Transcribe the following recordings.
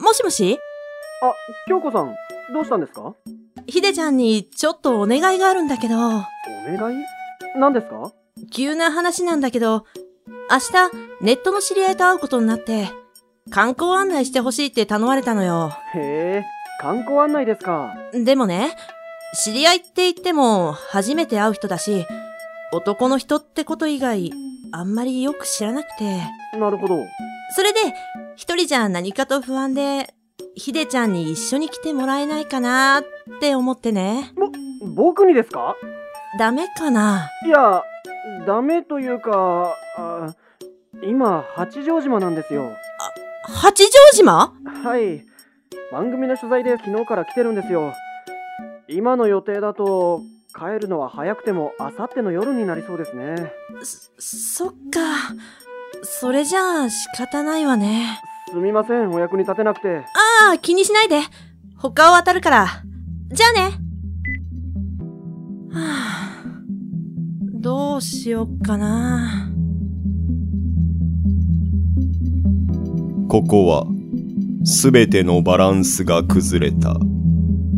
もしもしあ、京子さん、どうしたんですかおひでちゃんにちょっとお願いがあるんだけど、願い何ですか急な話なんだけど、明日ネットの知り合いと会うことになって、観光案内してほしいって頼まれたのよ。へえ、観光案内ですか。でもね、知り合いって言っても初めて会う人だし、男の人ってこと以外、あんまりよく知らなくて。なるほど。それで、一人じゃ何かと不安で、ひでちゃんに一緒に来てもらえないかなって思ってね。僕にですかダメかないや、ダメというか、あ今、八丈島なんですよ。八丈島はい。番組の取材で昨日から来てるんですよ。今の予定だと、帰るのは早くても明後日の夜になりそうですね。そ、そっか。それじゃあ仕方ないわね。すみません、お役に立てなくて。ああ、気にしないで。他を当たるから。じゃあね。はあ、どうしよっかな。ここは、すべてのバランスが崩れた、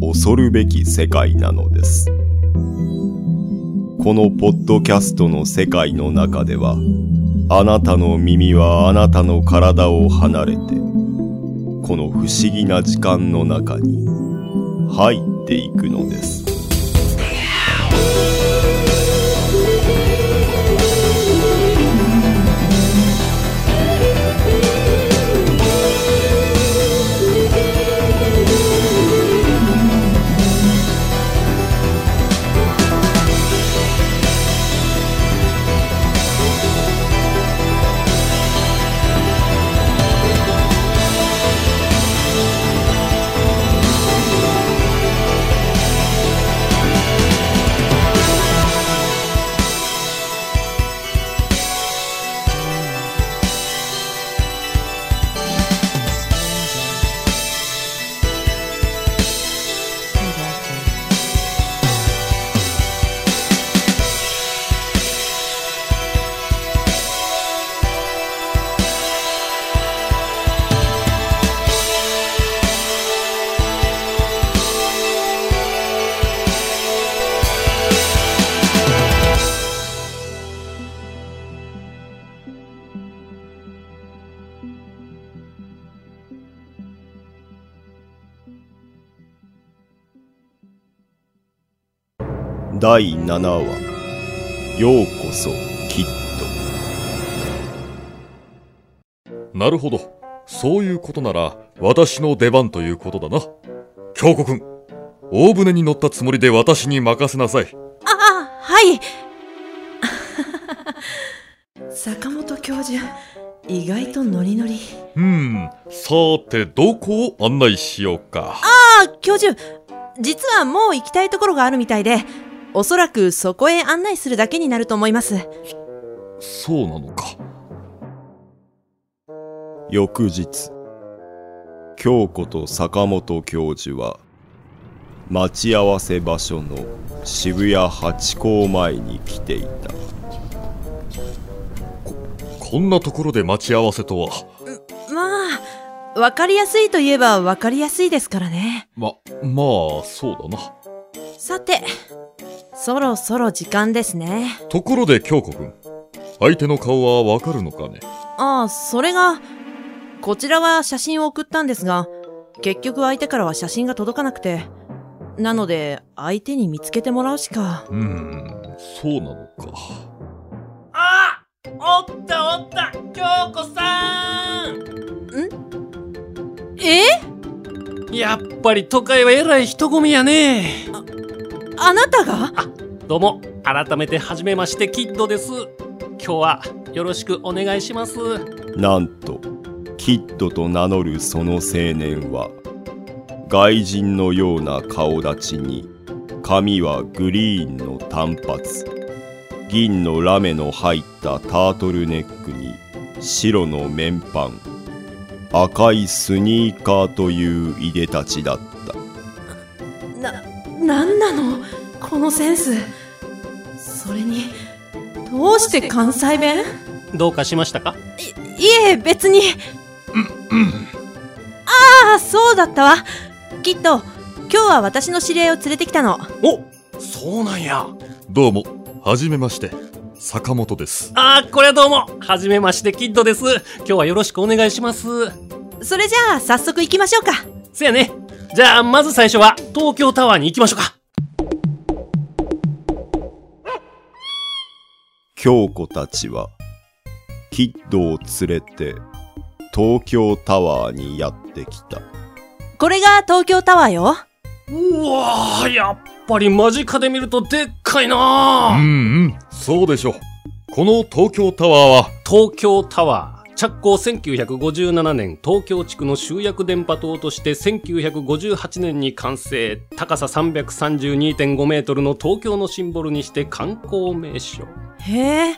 恐るべき世界なのです。このポッドキャストの世界の中では、あなたの耳はあなたの体を離れて、この不思議な時間の中に入っていくのです。第7話、ようこそ、きっと。なるほど。そういうことなら、私の出番ということだな。京子くん、大船に乗ったつもりで私に任せなさい。ああ、はい。 坂本教授、意外とノリノリ。うーん、さて、どこを案内しようか。あ、教授、実はもう行きたいところがあるみたいで、おそらくそこへ案内するだけになると思います。そうなのか。翌日京子と坂本教授は待ち合わせ場所の渋谷八甲前に来ていたこんなところで待ち合わせとは。まあ、わかりやすいといえばわかりやすいですからね。ま、まあ、そうだな。さて、そろそろ時間ですね。ところで京子くん、相手の顔はわかるのかねああ、それが、こちらは写真を送ったんですが、結局相手からは写真が届かなくて、なので、相手に見つけてもらうしか。うーん、そうなのか。あおったおった京子さんえやっぱり都会はえらい人混みやねあなたがどうも改めてはじめましてキッドです今日はよろしくお願いしますなんとキッドと名乗るその青年は外人のような顔立ちに髪はグリーンの短髪銀のラメの入ったタートルネックに白の綿パン赤いスニーカーといういでたちだったな、なんなのこのセンス。それに、どうして関西弁どうかしましたかいえ、別に。ああ、そうだったわ。きっと、今日は私の知り合いを連れてきたの。おそうなんや。どうも、はじめまして、坂本です。あー、これはどうも。はじめまして、キッドです。今日はよろしくお願いします。それじゃあ、早速行きましょうか。せやね。じゃあ、まず最初は、東京タワーに行きましょうか。京子たちは、キッドを連れて、東京タワーにやってきた。これが東京タワーよ。うわー、やっぱり間近で見るとでっかいなうー。んうん、そうでしょう。この東京タワーは、東京タワー。着工1957年、東京地区の集約電波塔として1958年に完成。高さ332.5メートルの東京のシンボルにして観光名所。へえ、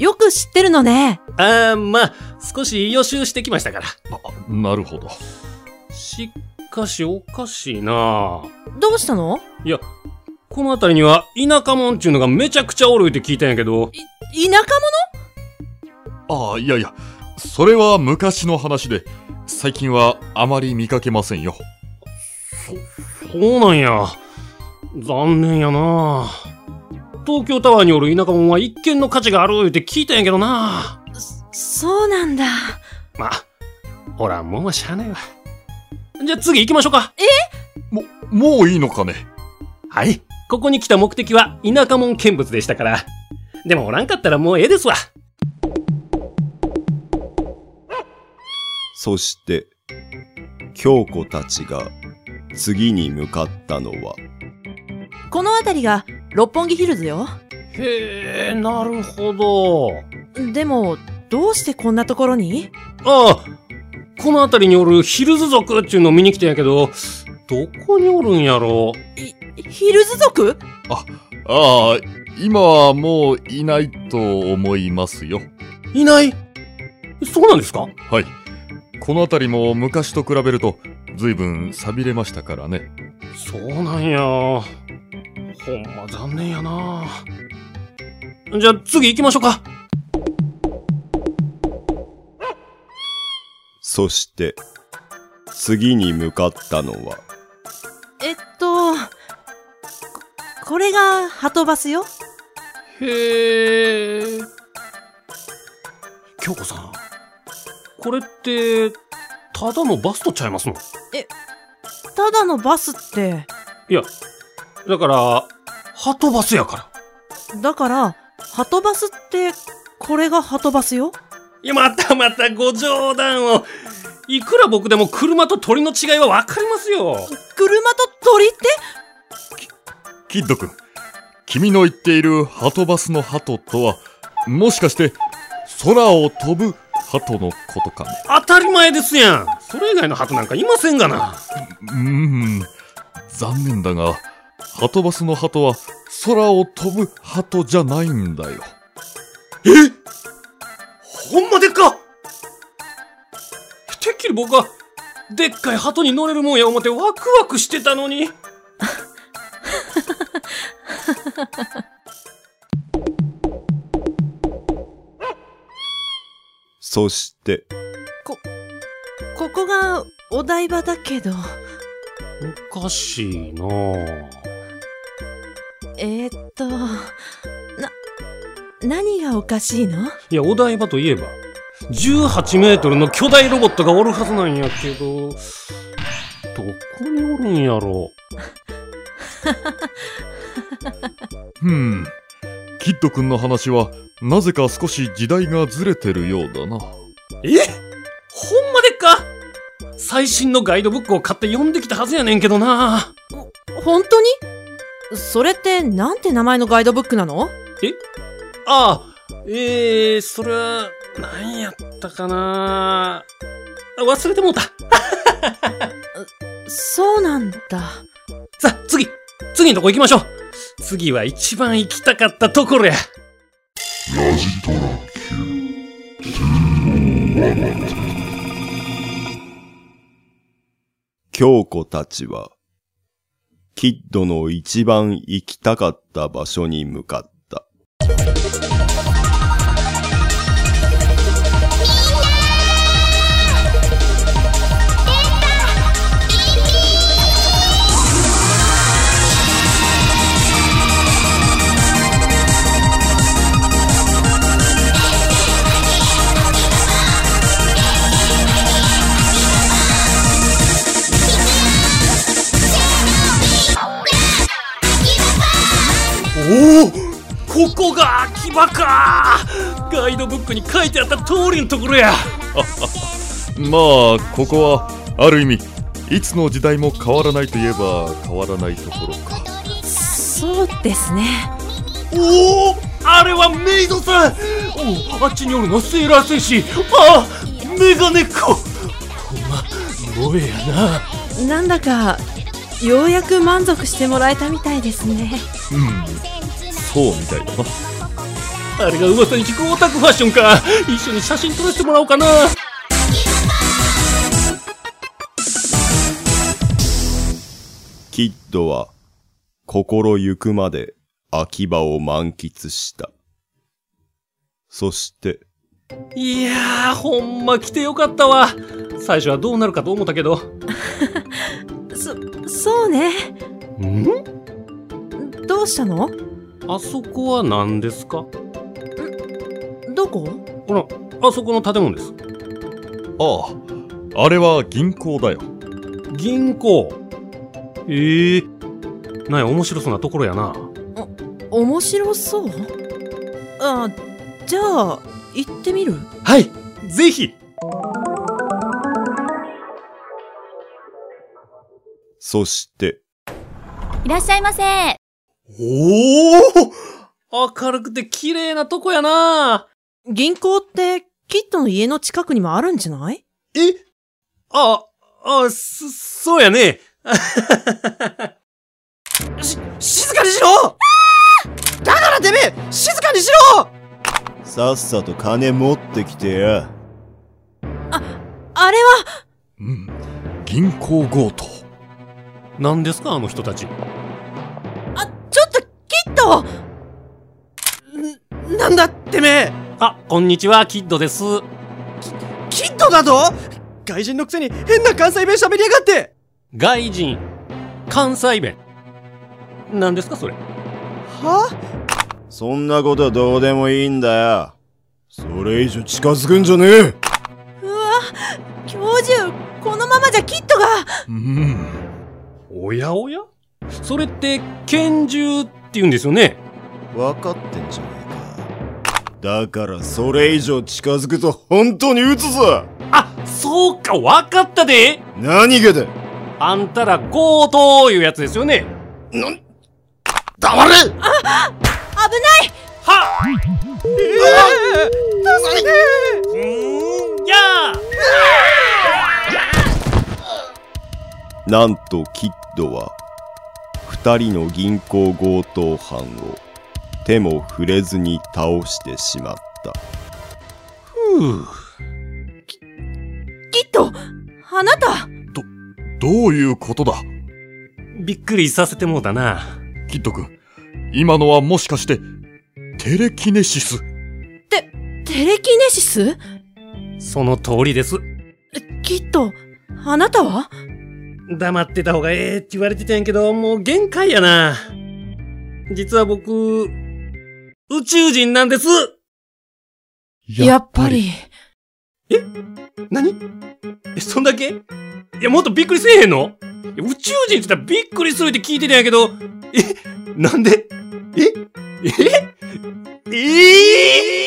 よく知ってるのね。あー、まあ、少し予習してきましたから。なるほど。しかし、おかしいなどうしたのいや、この辺りには田舎もんちゅうのがめちゃくちゃおるいうて聞いたんやけど、田舎もああ、いやいや、それは昔の話で、最近はあまり見かけませんよ。そうなんや。残念やな東京タワーにおる田舎もんは一見の価値があるいうて聞いたんやけどなそうなんだ。まあ、ほら、もうはしゃあないわ。じゃあ次行きましょうか。も、もういいのかねはい。ここに来た目的は田舎もん見物でしたから。でもおらんかったらもうええですわ。そして、京子たちが次に向かったのは、この辺りが六本木ヒルズよ。へえ、なるほど。でも、どうしてこんなところにああ、この辺りにおるヒルズ族っていうのを見に来てんやけど、どこにおるんやろヒルズ族ああ、今はもういないと思いますよ。いないそうなんですかはい。この辺りも昔と比べると、随分寂れましたからね。そうなんや。ほんま残念やな。じゃあ次行きましょうか。そして、次に向かったのは、えっと、ここれがハトバスよ。へえ。京子さん、これって、ただのバスとちゃいますのただのバスって。だから、ハトバスやから。だから、ハトバスって、これがハトバスよ。いや、またまたご冗談を。いくら僕でも車と鳥の違いはわかりますよ。車と鳥ってキッド君、君の言っているハトバスのハトとは、もしかして、空を飛ぶハトのことかね。当たり前ですやん。それ以外の鳩なんかいませんがな。うーん、残念だが、ハトバスのハトは空を飛ぶハトじゃないんだよ。ほんまでっかてっきり僕は、でっかい鳩に乗れるもんや思ってワクワクしてたのに。そして、ここがお台場だけど。おかしいなえー、っと、な、何がおかしいのいや、お台場といえば、18メートルの巨大ロボットがおるはずなんやけど、どこにおるんやろうん、キッド君の話は、なぜか少し時代がずれてるようだな。えほんまでっか最新のガイドブックを買って読んできたはずやねんけどな本当にそれって、なんて名前のガイドブックなのああ、えー、それは、何やったかなあ忘れてもうた。そうなんだ。さあ、次次のとこ行きましょう次は一番行きたかったところや京子たちは、キッドの一番行きたかった場所に向かった。ばかーガイドブックに書いてあった通りのところやまあここはある意味いつの時代も変わらないといえば変わらないところかそうですね。おおあれはメイドさんおおあっちにおるのセーラー戦士ああメガネっ子ほんま萌えやななんだか、ようやく満足してもらえたみたいですね。うんそうみたいだなあれが噂に聞くオタクファッションか一緒に写真撮らせてもらおうかなキッドは心ゆくまで秋葉を満喫した。そしていやーほんま来てよかったわ最初はどうなるかと思ったけどそ、そうね。んどうしたのあそこは何ですかどこほらあそこの建物ですあああれは銀行だよ銀行ええなんや面白そうなところやな面白そうあ、じゃあ、行ってみるはいぜひそしていらっしゃいませ。おお明るくて綺麗なとこやな銀行って、キッドの家の近くにもあるんじゃないえあ、あ、そ、そうやね。し、静かにしろだからてめえ静かにしろさっさと金持ってきてや。あれは、うん銀行強盗何ですかあの人たち。あ、ちょっと、キッドなんだってめえあ、こんにちは、キッドです。キッドだぞ外人のくせに変な関西弁喋りやがって外人。関西弁。何ですかそれ。はそんなことどうでもいいんだよ。それ以上近づくんじゃねうわ、教授、このままじゃキッドが、うんおやおやそれって、拳銃って言うんですよね。え。わかってんじゃねえか。だからそれ以上近づくと本当に撃つぞあ、そうか、わかったで何がだあんたら強盗いうやつですよね。なん、黙れ危ないはっ助やあなんとキッドは二人の銀行強盗犯を手も触れずに倒してしまった。キッドあなたどういうことだびっくりさせてもうたな。キッド君今のはもしかしてテレキネシステレキネシスその通りです。キッドあなたは黙ってた方がええって言われてたんやけど、もう限界やな。実は僕、宇宙人なんですり。何え、そんだけいや、もっとびっくりせえへんのいや宇宙人って言ったらびっくりするって聞いてたんやけど、え、なんでええええ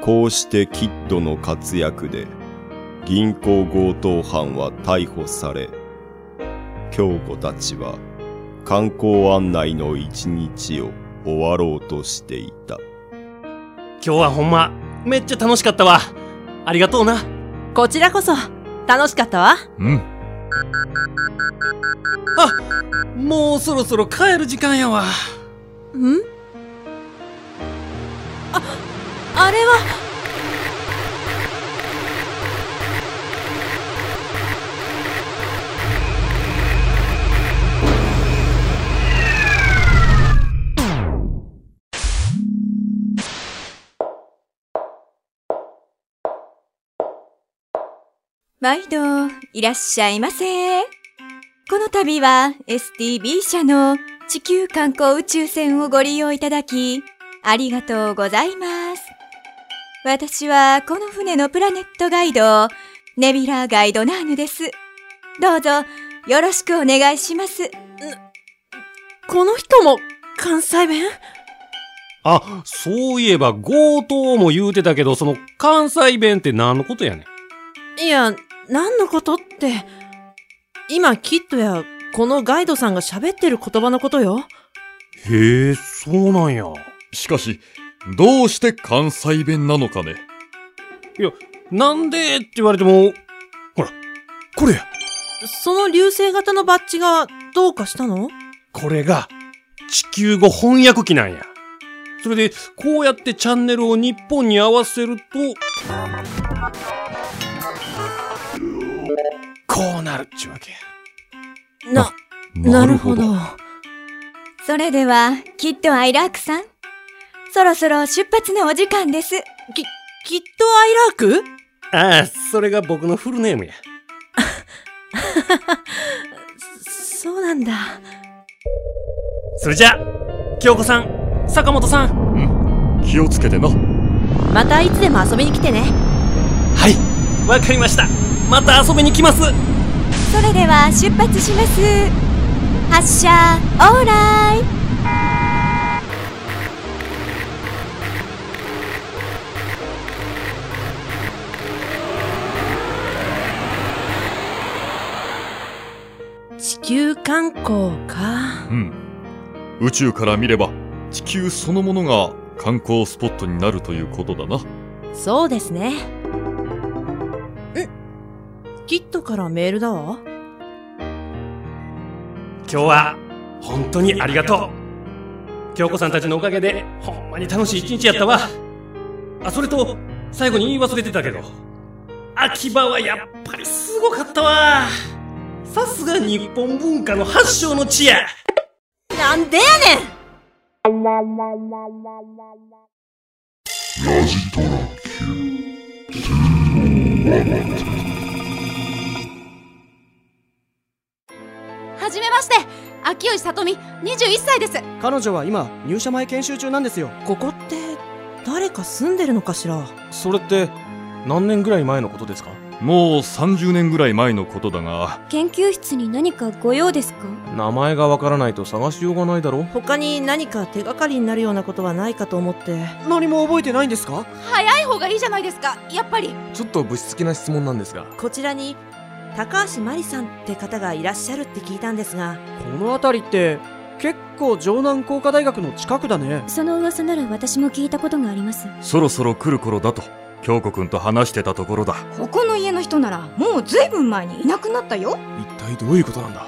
こうしてキッドの活躍で銀行強盗犯は逮捕され、京子たちは観光案内の一日を終わろうとしていた。今日はほんま、めっちゃ楽しかったわ。ありがとうな。こちらこそ、楽しかったわ。うんもうそろそろ帰る時間やわ。んあ、あれは、毎度、いらっしゃいませ。この度は STB 社の地球観光宇宙船をご利用いただき、ありがとうございます。私はこの船のプラネットガイド、ネビラガイドナーヌです。どうぞ、よろしくお願いします。この人も関西弁あ、そういえば強盗も言うてたけど、その関西弁って何のことやねん。いや、何のことって。今、キッドや、このガイドさんが喋ってる言葉のことよ。へえ、そうなんや。しかし、どうして関西弁なのかね。なんでって言われても、ほら、これや。その流星型のバッジがどうかしたのこれが地球語翻訳機なんや。それで、こうやってチャンネルを日本に合わせると、こうなるっちゅうわけや。な、なるほど。それでは、きっとアイラークさん。そろそろ出発のお時間です。きっとアイラークああ、それが僕のフルネームや。そうなんだ。それじゃあ、京子さん、坂本さん。気をつけてな。またいつでも遊びに来てね。はい、わかりました。また遊びに来ます。それでは出発します。発車、オーライ。地球観光か。うん。宇宙から見れば、地球そのものが観光スポットになるということだな。そうですね。んキッドからメールだわ。今日は、本当にありがとう。京子さんたちのおかげで、ほんまに楽しい一日やったわ。あ、それと、最後に言い忘れてたけど、秋葉はやっぱりすごかったわ。さすが日本文化の発祥の地や。なんでやねんはじめまして秋吉さとみ21歳です彼女は今入社前研修中なんですよここって、誰か住んでるのかしらそれって何年ぐらい前のことですかもう30年ぐらい前のことだが、研究室に何かご用ですか名前がわからないと探しようがないだろ他に何か手がかりになるようなことはないかと思って。何も覚えてないんですか早い方がいいじゃないですかやっぱりちょっと物質的な質問なんですがこちらに高橋真理さんって方がいらっしゃるって聞いたんですがこの辺りって結構城南工科大学の近くだねその噂なら私も聞いたことがあります。そろそろ来る頃だと、京子くんと話してたところだ。ここの家の人ならもうずいぶん前にいなくなったよ一体どういうことなんだ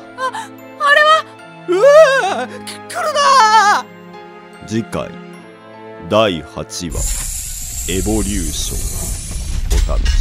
次回第8話「エボリューション」お楽しみに